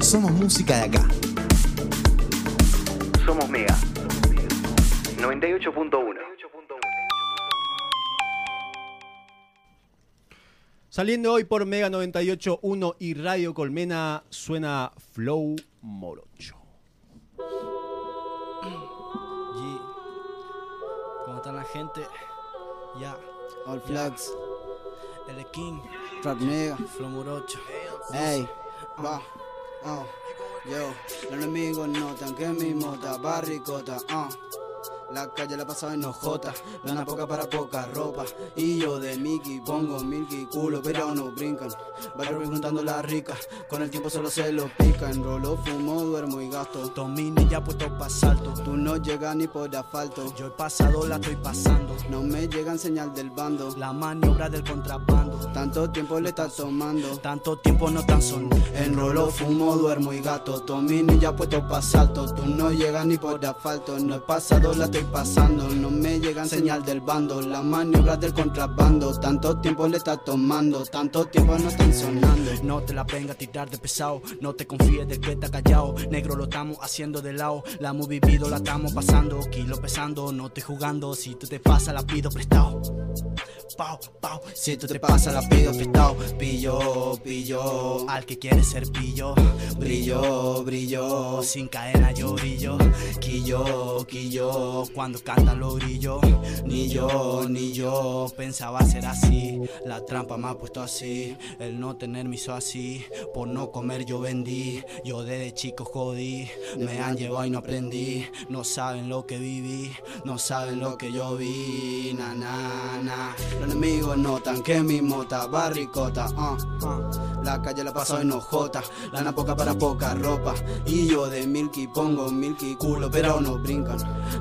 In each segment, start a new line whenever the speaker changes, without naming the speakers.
Somos música de acá.
Somos Mega. 98.1.
Saliendo hoy por Mega 98.1 y Radio Colmena, suena Flow Morocho.
G. ¿Cómo está la gente? Ya.
All Flags,
El King,
Trap Mega,
Flow Morocho.
ey, va, ah, yo, los enemigos notan que mi mota barricota, ah. La calle la pasaba en ojota, lana poca para poca ropa. Y yo de Mickey pongo milky culo, pero no brincan. Barrio preguntando la rica, con el tiempo solo se lo pican. Rolo, fumo, duermo y gasto.
Domine ya puesto pa' salto.
Tú no llegas ni por asfalto.
Yo he pasado, la estoy pasando.
No me llegan señal del bando.
La maniobra del contrabando.
Tanto tiempo le estás tomando.
Tanto tiempo no tan son.
Enrolo, fumo, duermo y gato. Tomini ya puesto pa' salto. Tú no llegas ni por asfalto. No he pasado, la estoy pasando. No me llegan señal del bando. Las maniobras del contrabando. Tanto tiempo le estás tomando. Tanto tiempo no están sonando.
No te la venga a tirar de pesado. No te confíes del que está callado. Negro lo estamos haciendo de lado. La hemos vivido, la estamos pasando. Kilo pesando, no estoy jugando. Si tú te pasas, la pido prestado. Pau, pau.
Si tú te pasas, la pido prestado. Pillo, pillo.
Al que quiere ser pillo,
Brillo, brillo.
O sin cadena yo brillo.
Quillo, quillo.
Cuando canta lo brillo.
Ni yo, ni yo.
No pensaba ser así, la trampa me ha puesto así, el no tener me hizo así, por no comer yo vendí, yo desde chico jodí, me han llevado y no aprendí, no saben lo que viví, no saben lo que yo vi, na na na.
Los enemigos notan que mi mota barricota. ah, ah. La calle la paso en ojota. Lana poca para poca ropa. Y yo de Milky pongo Milky culo, pero no brincan.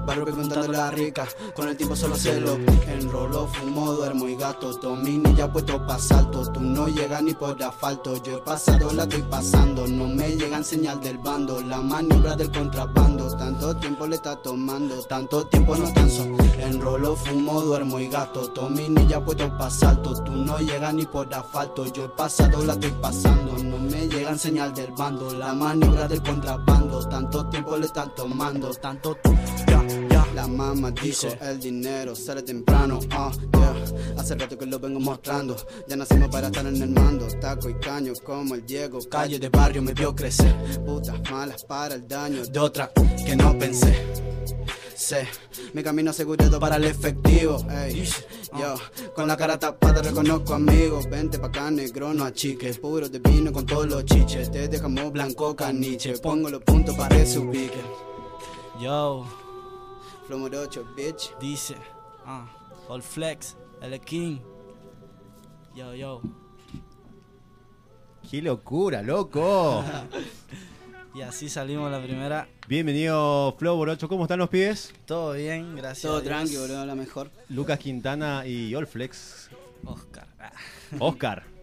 Barrio preguntando la rica. Con el tiempo solo se lo enrolo. Fumo, duermo y gato. Tomini ya puesto pa' salto. Tú no llegas ni por asfalto. Yo he pasado, la estoy pasando. No me llegan señal del bando. La maniobra del contrabando. Tanto tiempo le está tomando. Tanto tiempo no tan solo. Enrolo, fumo, duermo y gato. Tomini ya puesto pa' salto. Tú no llegas ni por asfalto. Yo he pasado, la estoy pasando. No me llegan señal del bando. La maniobra del contrabando. Tanto tiempo le están tomando.
Tanto tú, ya, ya.
La mamá dice
Dice.
el dinero sale temprano, ah, yeah. Hace rato que lo vengo mostrando. Ya nacimos para estar en el mando. Taco y caño como el Diego.
Calle de barrio me vio crecer,
Putas malas para el daño.
de otra que no pensé.
Sé, mi camino asegurado para el efectivo. Ey, yo, con la cara tapada reconozco amigos. Vente pa' acá, negro, no achiques. Puro de vino con todos los chiches. Te dejamos blanco caniche. Pongo los puntos para que se ubique.
Yo,
Flow morocho, bitch.
dice, ah, All Flex, el King. Yo, yo,
¡Qué locura, loco!
y así salimos la primera.
Bienvenido, Flow Morocho. ¿Cómo están los pibes?
Todo bien, gracias. a
Todo
Dios.
tranqui, boludo, la mejor.
Lucas Quintana y Olflex.
Oscar. Ah.
Oscar.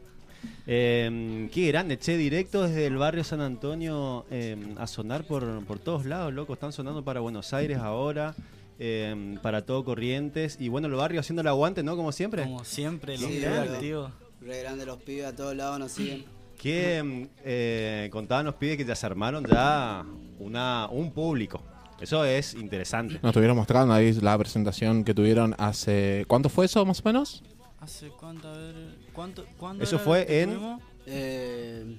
Eh, qué grande, che, directo desde el barrio San Antonio eh, a sonar por, por todos lados, loco. Están sonando para Buenos Aires ahora, eh, para todo Corrientes. Y bueno, el barrio haciendo el aguante, ¿no? Como siempre.
Como siempre, los
Sí,
videos
claro.
activos.
Re grande los pibes, a todos lados nos siguen.
Que eh, contaban los pibes que ya se armaron ya una, un público. Eso es interesante.
Nos estuvieron mostrando ahí la presentación que tuvieron hace. ¿Cuánto fue eso, más o menos?
¿Hace cuánto? A ver, ¿cuánto, cuándo
Eso
era
fue
que
en-
tuvimos?
Eh,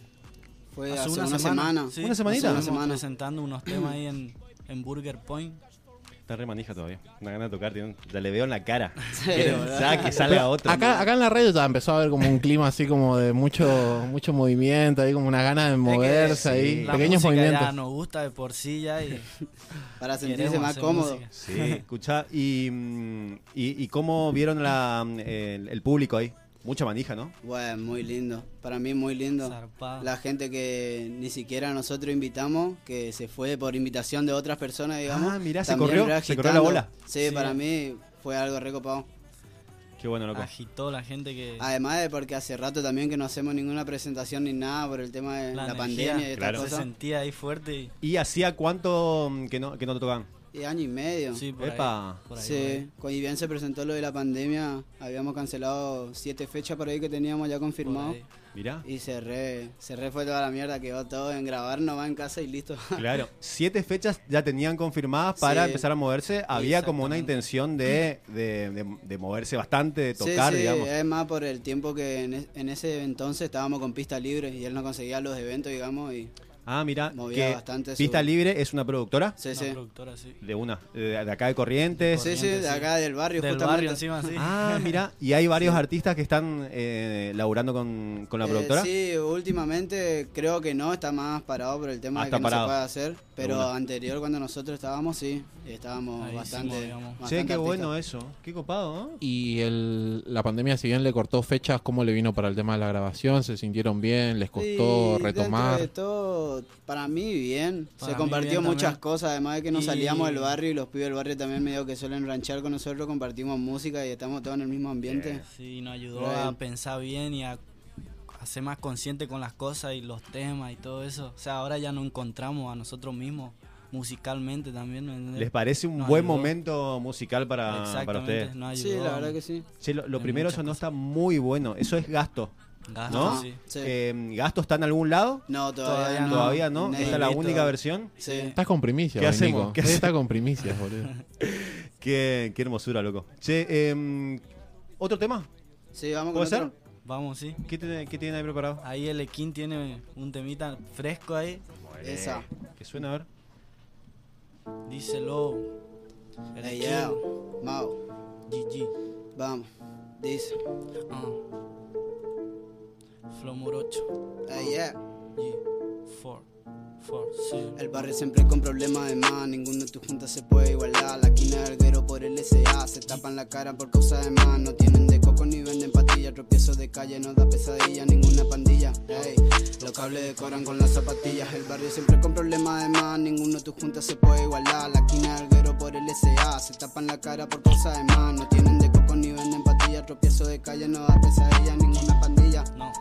fue hace,
Hace
una, semana.
Sí,
¿Una semanita?
Una semana.
Una semana.
presentando unos temas ahí en, en Burger Point.
Está re manija todavía. Una gana de tocar, tiene un- ya le veo en la cara.
Sí,
Quieren
boludo.
ya que salga otro.
Acá, acá en la radio ya empezó a haber como un clima así como de mucho mucho movimiento, ahí como una gana de moverse
Es que,
ahí,
sí, la
pequeños
música
movimientos.
Ya nos gusta de por sí ya y
Para sentirse
queremos
más
hacer
cómodo.
música.
Sí, escuchá, y, mm, y, y cómo vieron la, mm, el, el público ahí? Mucha manija, ¿no?
Bueno, muy lindo. Para mí muy lindo.
Zarpado.
La gente que ni siquiera nosotros invitamos, que se fue por invitación de otras personas, digamos.
Ah, mirá, se
también
corrió,
re
se corrió la bola.
agitando. Sí,
Sí.
para mí fue algo recopado.
Qué bueno, loco.
agitó la gente que
Además de porque hace rato también que no hacemos ninguna presentación ni nada por el tema de la,
La energía.
pandemia y estas
Claro.
se
cosas.
sentía ahí fuerte y
¿Y hacía cuánto mm, que no, que no te tocaban?
Y año y medio.
sí, por ahí,
Epa.
por ahí, por ahí.
Sí, cuando bien se presentó lo de la pandemia, habíamos cancelado siete fechas por ahí que teníamos ya
por
confirmado.
ahí.
Mirá.
Y cerré, cerré fue toda la mierda, quedó todo en grabar nomás en casa y listo.
Claro, siete fechas ya tenían confirmadas para
Sí.
empezar a moverse. Había como una
Exactamente.
intención de, de- de- de moverse bastante, de tocar,
sí, eh, sí,
digamos.
es más por el tiempo que en, es- en ese entonces estábamos con pista libre y él no conseguía los eventos, digamos, y
Ah, mira,
movía
que
bastante su-
Pista Libre es una productora
sí,
Una
sí.
productora, sí.
de una de, de acá de Corrientes.
Sí, sí,
Corrientes,
de
sí.
acá del barrio,
Del
justamente.
barrio encima, sí.
Ah, mira, y hay varios artistas que están eh, laburando con, con la
Eh,
productora.
sí, últimamente creo que no, está más parado por el tema
Ah,
de
está
que
parado.
no se puede hacer. Pero
una.
anterior cuando nosotros estábamos, sí, estábamos
Ahí
bastante,
hicimos, digamos.
bastante
Che, qué
artistas. Eh,
bueno eso. Qué copado, ¿no?
Y el- la pandemia, si bien le cortó fechas, ¿cómo le vino para el tema de la grabación? ¿Se sintieron bien? ¿Les costó
Sí,
retomar?
dentro de todo, para mí bien.
Para
se
mí
compartió
bien
muchas
también.
cosas, además de que nos
Y-
salíamos del barrio y los pibes del barrio también medio que suelen ranchar con nosotros, compartimos música y estamos todos en el mismo ambiente.
Sí, nos ayudó
Pero
a
él-
pensar bien y a, a ser más consciente con las cosas y los temas y todo eso. O sea, ahora ya nos encontramos a nosotros mismos musicalmente también. ¿me entendés?
¿Les parece un
Nos
buen
ayudó.
momento musical para,
Exactamente,
para ustedes?
nos
Sí,
ayudó.
la verdad que sí.
Che, lo, lo
Hay
primero,
muchas
eso no está muy bueno. Eso es gasto,
Gasto,
¿no?
sí.
Sí.
Eh, ¿Gasto está en algún lado.
No, todavía,
Todavía
no.
no.
Todavía no.
Nadie
Esta es la
visto.
única versión.
Sí.
Estás con primicias,
¿Qué
hoy, Nico.
hacemos? ¿Qué
Hoy
hace-
Estás con primicias, boludo.
Qué, qué hermosura, loco. Che, em, ¿otro tema?
Sí, vamos con
¿Puede ser?
otro.
Vamos, sí.
¿Qué tiene, qué tiene ahí preparado?
Ahí el Ekin tiene un temita fresco ahí.
Esa.
Que suena a ver.
Díselo. El
Hey,
Ekin.
yo, Mao.
GG.
Vamos, dice.
Ah. Flow morocho.
Ay, yeah.
G. 4. 4. Sí.
El barrio siempre con problemas de más, ninguno de tus juntas se puede igualar. La quina del guero por el SA, se tapan la cara por causa de más. No tienen de coco ni venden pastillas, tropiezos de calle, no da pesadilla, ninguna pandilla. Ey, los cables decoran con las zapatillas. El barrio siempre con problemas de más, ninguno de tus juntas se puede igualar. La quina del guero por el SA, se tapan la cara por causa de más. No tienen de coco ni venden pastillas, tropiezos de calle, no da pesadilla, ninguna pandilla.
No.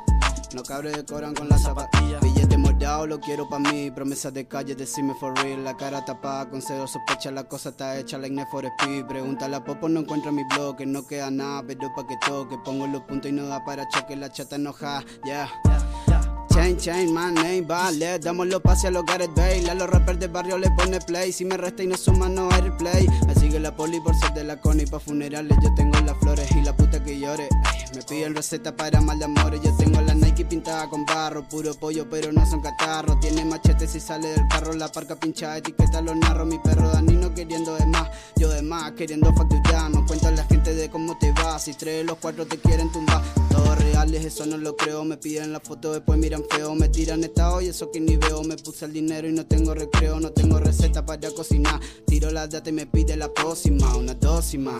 No cabre decoran con las zapatillas. Billete morado lo quiero pa' mí. Promesas de calle, decime for real. La cara tapada, con cero sospecha, la cosa está hecha. Like Need for Speed. Pregúntale a Popo, no encuentro mi bloque. No queda nada, pero pa' que toque. Pongo los puntos y no da para choque. La chata enojada, yeah. Chain, chain, my name, vale. Damos los pases a los Gareth Bale. A los rappers del barrio le pone play. Si me resta y no suma, no hay replay. Así que la poli por ser de la cona y pa' funerales. Yo tengo las flores y la puta que llore. Ay, me piden receta para mal de amores. Yo tengo la Nike pintada con barro. Puro pollo, pero no son catarros. Tiene machete si sale del carro. La parca pinchada, etiqueta los narros. Mi perro Danino queriendo de más. Yo de más queriendo facturar. No cuenta la gente de cómo te va. Si tres de los cuatro te quieren tumbar. Todos reales, eso no lo creo. Me piden la foto, después miran feo. Me tiran estado y eso que ni veo. Me puse el dinero y no tengo recreo. No tengo receta para cocinar. Tiro la data y me pide la próxima. Una dócima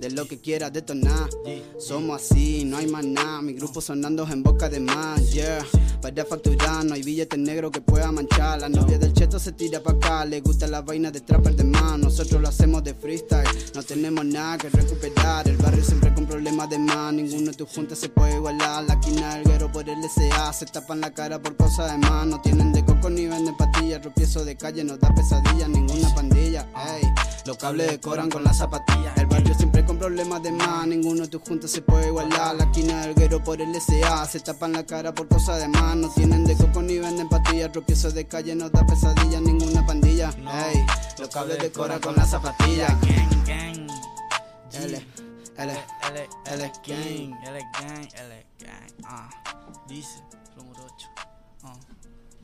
de lo que quieras detonar. Somos así, no hay más nada. Mi grupo sonando en boca de más, yeah. Para facturar, no hay billete negro que pueda manchar. La novia del cheto se tira pa' acá. Le gusta la vaina de trapper de más. Nosotros lo hacemos de freestyle. No tenemos nada que recuperar. El barrio siempre con problemas de más. Ninguno de tus juntas se puede igualar. La quina del guero por el SA. Se tapan la cara por cosas de más. No tienen de coco ni venden pastillas. Tropiezo de calle, no da pesadilla. Ninguna pandilla, ey. Los cables decoran con las zapatillas. El barrio siempre con problemas de más. Ninguno de tus juntas se puede igualar. La esquina del guero por el SA. Se tapan la cara por cosas de más. No tienen de coco ni venden pastillas. Tropiezos de calle no da pesadilla. Ninguna pandilla.
No.
Ey, los cables decoran con las zapatillas.
Gang, gang. G.
L, L.
L,
L
L,
es
gang,
gang.
L es gang, L es gang. Ah, dice, somos ocho. Ah,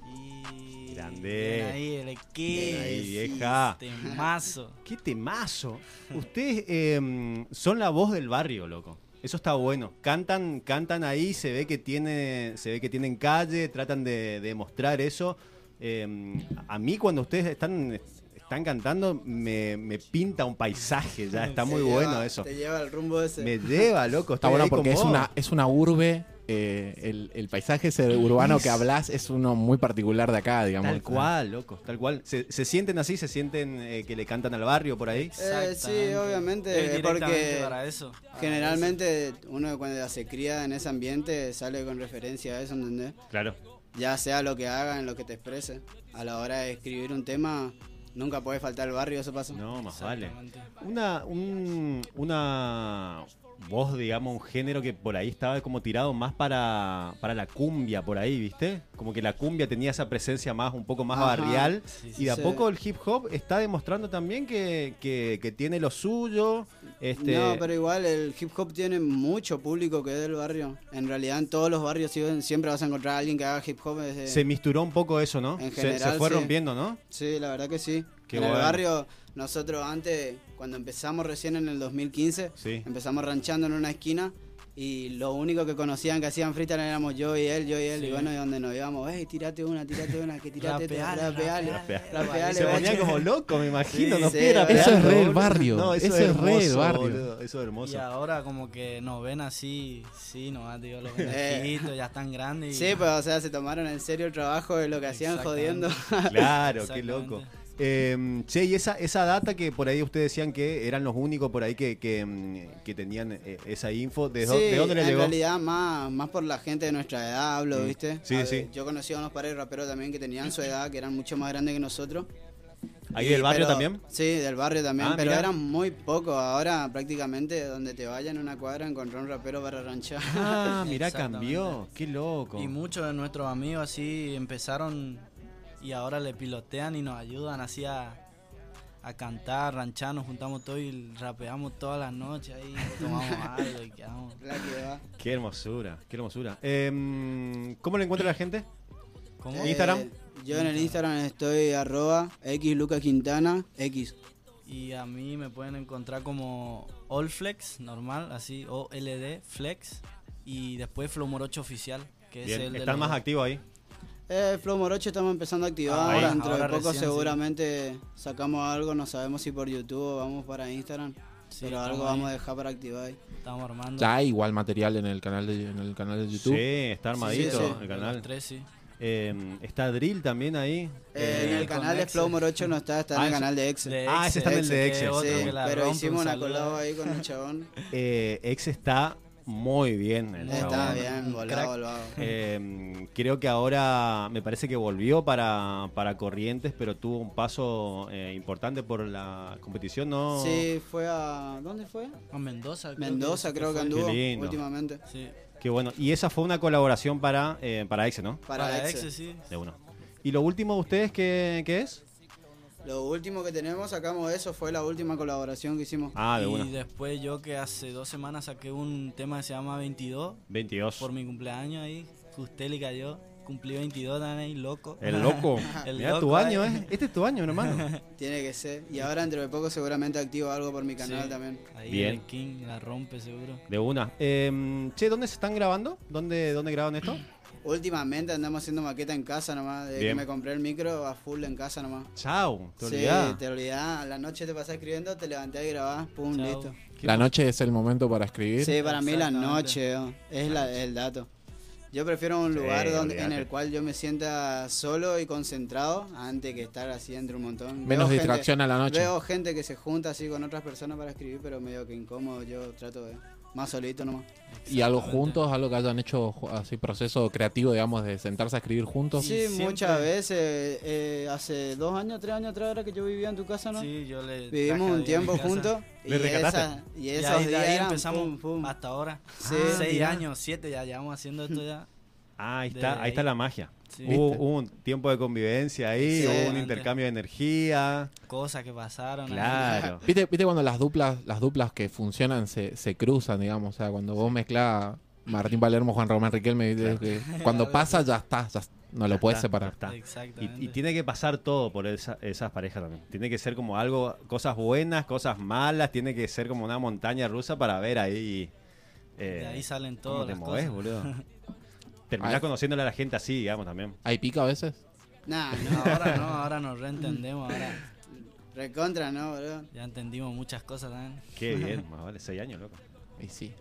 y.
Grande.
Bien ahí, L es
Bien ahí,
que.
vieja.
Temazo.
Eh,
¡Qué temazo! Ustedes em, son la voz del barrio, loco. Eso está bueno. Cantan, cantan ahí, se ve que tiene, se ve que tienen calle, tratan de, de mostrar eso. Em, a mí cuando ustedes están, están cantando, me, me pinta un paisaje ya. Está muy
Te
bueno
lleva-
eso.
Te lleva el rumbo ese.
Me lleva, loco.
Está
estoy
bueno
ahí con
porque es
vos.
una, es una urbe. eh, el, el paisaje ese urbano que hablas es uno muy particular de acá, digamos.
Tal cual, loco, tal cual. ¿Se, se sienten así? ¿Se sienten eh, que le cantan al barrio por ahí?
Eh, sí,
Exactamente.
obviamente,
Es directamente
porque
para eso.
Generalmente uno cuando se cría en ese ambiente sale con referencia a eso, ¿entendés?
Claro.
Ya sea lo que hagan, lo que te expreses. A la hora de escribir un tema, nunca puede faltar el barrio, eso pasa.
No, más vale.
Exactamente.
Una, un- una, vos, digamos, un género que por ahí estaba como tirado más para, para la cumbia, por ahí, ¿viste? Como que la cumbia tenía esa presencia más, un poco más
Ajá,
barrial.
sí,
y de a
sí.
poco el hip hop está demostrando también que, que- que tiene lo suyo. Este,
No, pero igual el hip hop tiene mucho público que es del barrio. En realidad en todos los barrios siguen- siempre vas a encontrar a alguien que haga hip hop. desde-
se misturó un poco eso, ¿no?
En
Se- se,
general,
fue
sí.
rompiendo, ¿no?
Sí, la verdad que sí.
Qué
en el
bueno.
barrio, nosotros antes, cuando empezamos recién en el 2015,
Sí.
empezamos ranchando en una esquina y lo único que conocían que hacían freestyle éramos yo y él, yo y él,
Sí.
y bueno, y donde nos íbamos, hey, tirate una, tirate una, que tirate,
Rapeale,
rapeale, rapeale,
rapeale.
rapeale,
Se ponía
guacho".
como loco, me imagino.
Sí,
no
sí,
piedra,
la
pegando,
verdad. Eso es
re el
boludo.
barrio,
No, eso,
eso
es,
es re el
hermoso,
barrio.
boludo, Eso es hermoso.
Y ahora como que nos ven así, sí, nos digo, los
Eh.
viejitos ya están grandes. y-
Sí, pues o sea, se tomaron en serio el trabajo de lo que hacían jodiendo.
Exactamente.
Claro, qué
Exactamente.
loco. Eh, che, y esa, esa data que por ahí ustedes decían que eran los únicos por ahí que, que, mm, que tenían eh, esa info, ¿de, dó-
Sí,
de dónde les
en
llegó?
realidad más, más por la gente de nuestra edad hablo,
Mm.
¿viste?
Sí,
A-
sí.
Yo conocí a unos pares de raperos también que tenían su edad, que eran mucho más grandes que nosotros.
¿Ahí
Y-
del barrio
pero-
también?
Sí, del barrio también,
Ah,
pero
mirá.
eran muy pocos. Ahora prácticamente donde te vayan en una cuadra encontrar un rapero para ranchar.
Ah, mirá,
Exactamente.
cambió. Qué loco.
Y muchos de nuestros amigos así empezaron y ahora le pilotean y nos ayudan así a, a cantar, ranchar, nos juntamos todos y rapeamos todas las noches ahí, tomamos algo y quedamos.
La que va.
Qué hermosura, qué hermosura. Eh, ¿Cómo le encuentra la gente?
¿Cómo?
Eh,
¿Instagram?
yo en el Instagram estoy arroba xlucaquintana x.
Y a mí me pueden encontrar como Allflex, normal, así, OLD, Flex, y después Flow Morocho Oficial, que es el
Bien,
de
están
los-
más activos ahí.
Eh, Flow Morocho estamos empezando a activar,
Ahí.
dentro de
Ahora
poco
recién, sí.
seguramente sacamos algo, no sabemos si por YouTube o vamos para Instagram.
Sí,
pero
estamos
algo
ahí,
vamos a dejar para activar ahí. Eh,
Estamos armando.
Ya hay igual material en el canal de, en el canal de YouTube.
Sí, está armadito
sí, sí.
el
Los
canal.
tres, sí.
Eh, está Drill también ahí.
Eh,
Eh,
en el
con
canal de
Excel.
Flow Morocho no está, está
Ah,
en el
ese-
canal de Excel.
De
Ah, ese está en el de
que
Excel,
otro
Sí,
otro
que la
pero
rompe,
hicimos
un
una
saludo.
colada ahí con un chabón.
Eh, Ex está muy bien. el
Está
chabón.
bien,
crack.
volado, volado.
Eh, creo que ahora me parece que volvió para, para Corrientes, pero tuvo un paso eh, importante por la competición, ¿no?
Sí, fue a. ¿Dónde fue?
A Mendoza. creo
Mendoza, creo que
fue.
anduvo
Qué lindo.
últimamente.
Sí.
Qué bueno. Y esa fue una colaboración para, eh, para Exe, ¿no?
Para,
Para
Excel.
Excel, sí.
De uno. ¿Y lo último de ustedes qué, qué es?
Lo último que tenemos, sacamos eso, fue la última colaboración que hicimos.
Ah, de
y
uno.
después yo que hace dos semanas saqué un tema que se llama 22
22.
por mi cumpleaños ahí. Justel y cayó. Cumplí 22 también ahí, loco.
El loco.
El
Mirá, tu
loco,
año,
ahí.
¿eh? Este es tu año, hermano.
Tiene que ser. Y ahora, entre poco, seguramente activo algo por mi canal
Sí.
también.
Ahí
Bien.
el King la rompe seguro.
De una. Eh, che, ¿dónde se están grabando? ¿Dónde, dónde graban esto?
Últimamente andamos haciendo maqueta en casa nomás. Desde
Bien.
que me compré el micro, a full en casa nomás.
Chau. Te
sí,
olvidás.
te olvidás. A La noche te pasás escribiendo, te levantás y grabás. Pum,
Chao.
listo.
La noche es el momento para escribir.
Sí, para mí la
Exactamente.
noche oh, es la- el dato. Yo prefiero un
Sí,
lugar donde, en
olvídate.
el cual yo me sienta solo y concentrado antes que estar así entre un montón.
Menos
Veo
distracción a la
gente-
noche.
Veo gente que se junta así con otras personas para escribir, pero medio que incómodo. Yo trato de más solito nomás.
Y algo juntos, algo que hayan hecho ju- así proceso creativo, digamos, de sentarse a escribir juntos.
Sí,
siempre-
muchas veces. eh, hace dos años, tres años atrás, era que yo vivía en tu casa, ¿no?
Sí, yo le traje a
Vivimos
Dios
un
mi
tiempo
casa.
juntos. Y,
¿Le rescataste?
esa- y
Y
esos
ahí, de
días
ahí
eran
empezamos
pum, pum.
hasta ahora.
Sí. Ah,
Seis
mirá.
años, siete ya llevamos haciendo esto ya.
Ah, ahí
De
está, ahí
ahí.
está la magia.
Sí.
Hubo, hubo un tiempo de convivencia ahí,
Sí.
hubo un intercambio de energía.
Cosas que pasaron. ahí.
Claro.
¿Viste, viste cuando las duplas, las duplas que funcionan se, se cruzan, digamos? O sea, cuando vos mezclas Martín Palermo, Juan Román Riquelme, viste, que cuando pasa ya está, ya no lo puedes
Está,
separar.
está. Y,
Exactamente.
y tiene que pasar todo por esa- esas parejas también. Tiene que ser como algo, cosas buenas, cosas malas, tiene que ser como una montaña rusa para ver ahí. eh,
de ahí salen
cómo
todas
te
las
movés,
cosas.
boludo. Terminás
Ay.
conociéndole a la gente así, digamos, también.
¿Hay pica a veces?
Nah, no.
Ahora no, ahora nos reentendemos, ahora
Recontra, ¿no, boludo?
ya entendimos muchas cosas también.
Qué bien, más vale, seis años, loco.
Y sí.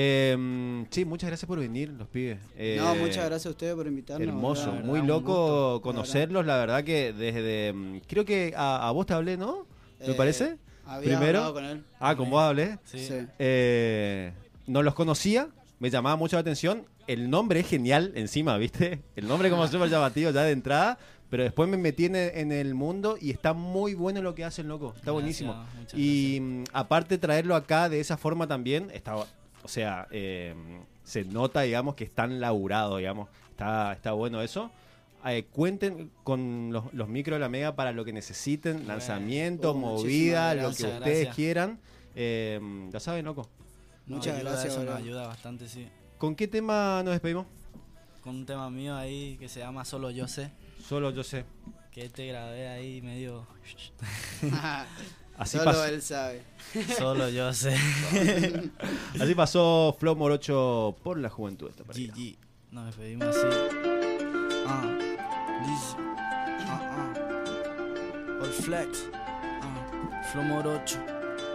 Eh, sí, muchas gracias por venir, los pibes. Eh,
No, muchas gracias a ustedes por invitarnos.
Hermoso,
la verdad,
muy
un
loco
gusto,
conocerlos, la verdad que desde... mm, Creo que a, a vos te hablé, ¿no? ¿Me
Eh,
parece?
Había
Primero-
hablado con él.
Ah, con vos hablé.
Sí.
Sí.
Eh, no los conocía, me llamaba mucho la atención. El nombre es genial encima, ¿viste? El nombre como súper llamativo ya de entrada, Pero después me metí en el, en el mundo y está muy bueno lo que hacen, loco. Está buenísimo.
Gracias, muchas
Y mm, aparte traerlo acá de esa forma también, está, o sea, eh, se nota, digamos, que están laburado, digamos. Está, está bueno eso. Eh, cuenten con los, los micros de la Mega para lo que necesiten, lanzamiento,
Oh, muchísimas
movida, lo que
gracias,
ustedes
gracias.
quieran. Eh, ya saben, loco.
No,
Muchas
ayuda,
gracias,
Eso nos
bro.
ayuda bastante, sí.
¿Con qué tema nos despedimos?
Con un tema mío ahí que se llama Solo Yo Sé,
Solo yo sé.
que te grabé ahí medio.
Así,
Solo
pasó,
él sabe.
Solo Yo Sé.
así pasó Flo Morocho por la juventud. este Esta partida.
GG. Nos despedimos así.
Ah, dice, ah, ah. All flex, ah, Flow morocho,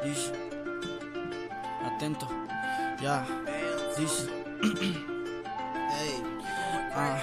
dice, atento, ya, dice, ah.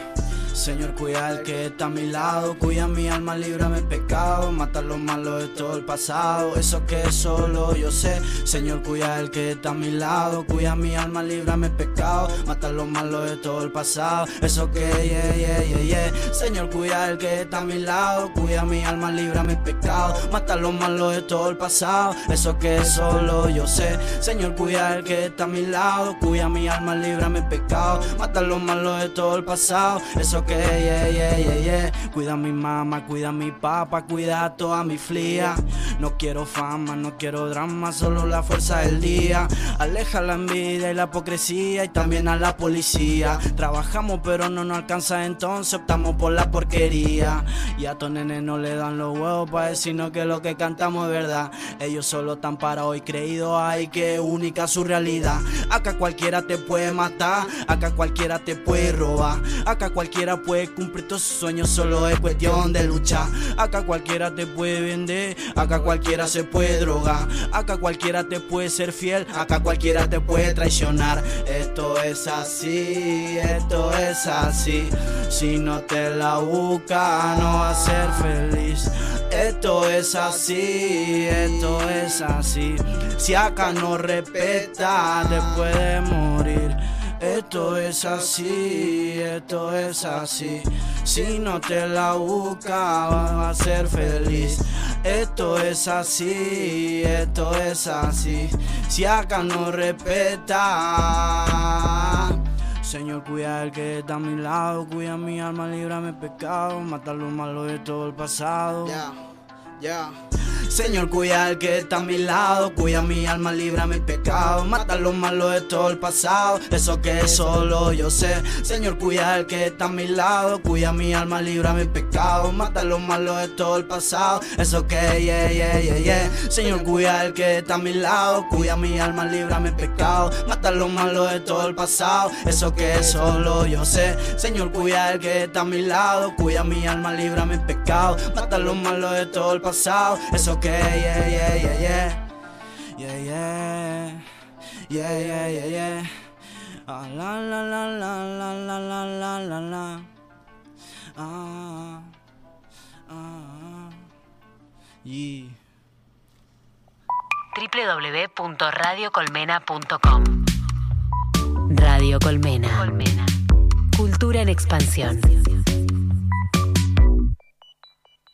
Señor, cuida el que está a mi lado, cuida mi alma, líbrame el pecado, mata lo malo de todo el pasado, eso que solo yo sé. Señor, cuida el que está a mi lado, cuida mi alma, líbrame el pecado, mata lo malo de todo el pasado, eso que yeah, yeah, yeah, yeah. Señor, cuida el que está a mi lado, cuida mi alma, líbrame el pecado, mata lo malo de todo el pasado, eso que solo yo sé. Señor, cuida el que está a mi lado, cuida mi alma, líbrame el pecado, mata lo malo de todo el pasado, eso que yeah, yeah, yeah, yeah. Cuida a mi mamá, cuida a mi papá, cuida a toda mi flía. No quiero fama, no quiero drama, solo la fuerza del día. Aleja la envidia y la hipocresía y también a la policía. Trabajamos pero no nos alcanza, entonces optamos por la porquería. Y a estos nenes no le dan los huevos para decirnos que lo que cantamos es verdad. Ellos solo están parados y creídos, ay, que única su realidad. Acá cualquiera te puede matar, acá cualquiera te puede robar, acá cualquiera puede cumplir todos sus sueños, solo es cuestión de luchar. Acá cualquiera te puede vender, acá cualquiera se puede drogar, acá cualquiera te puede ser fiel, acá cualquiera te puede traicionar. Esto es así, esto es así. Si no te la busca, no vas a ser feliz. Esto es así, esto es así. Si acá no respeta, te puede morir. Esto es así, esto es así. Si no te la busca, vas a ser feliz. Esto es así, esto es así. Si acá no respeta. Señor, cuida el que está a mi lado, cuida mi alma, líbrame el pecado, mata lo malo de todo el pasado. Señor, cuida el que está a mi lado, cuida mi alma, líbrame el pecado, mata lo malo de todo el pasado, eso que solo yo sé. Señor, cuida el que está a mi lado, cuida mi alma, líbrame el pecado, mata lo malo de todo el pasado, eso que yeah, yeah, yeah, yeah. Señor, cuida el que está a mi lado, cuida mi alma, líbrame el pecado, mata lo malo de todo el pasado, eso que solo yo sé. Señor, cuida el que está a mi lado, cuida mi alma, líbrame el pecado, mata lo malo de todo el pasado, eso que yeah, yeah, yeah, yeah. Yeah, yeah, yeah, yeah, yeah, yeah. Ah, la, la, la, la, la, la, la, la, la, la. Ah, ah, ah. Yeah.
www.radiocolmena.com Radio Colmena. Cultura en expansión.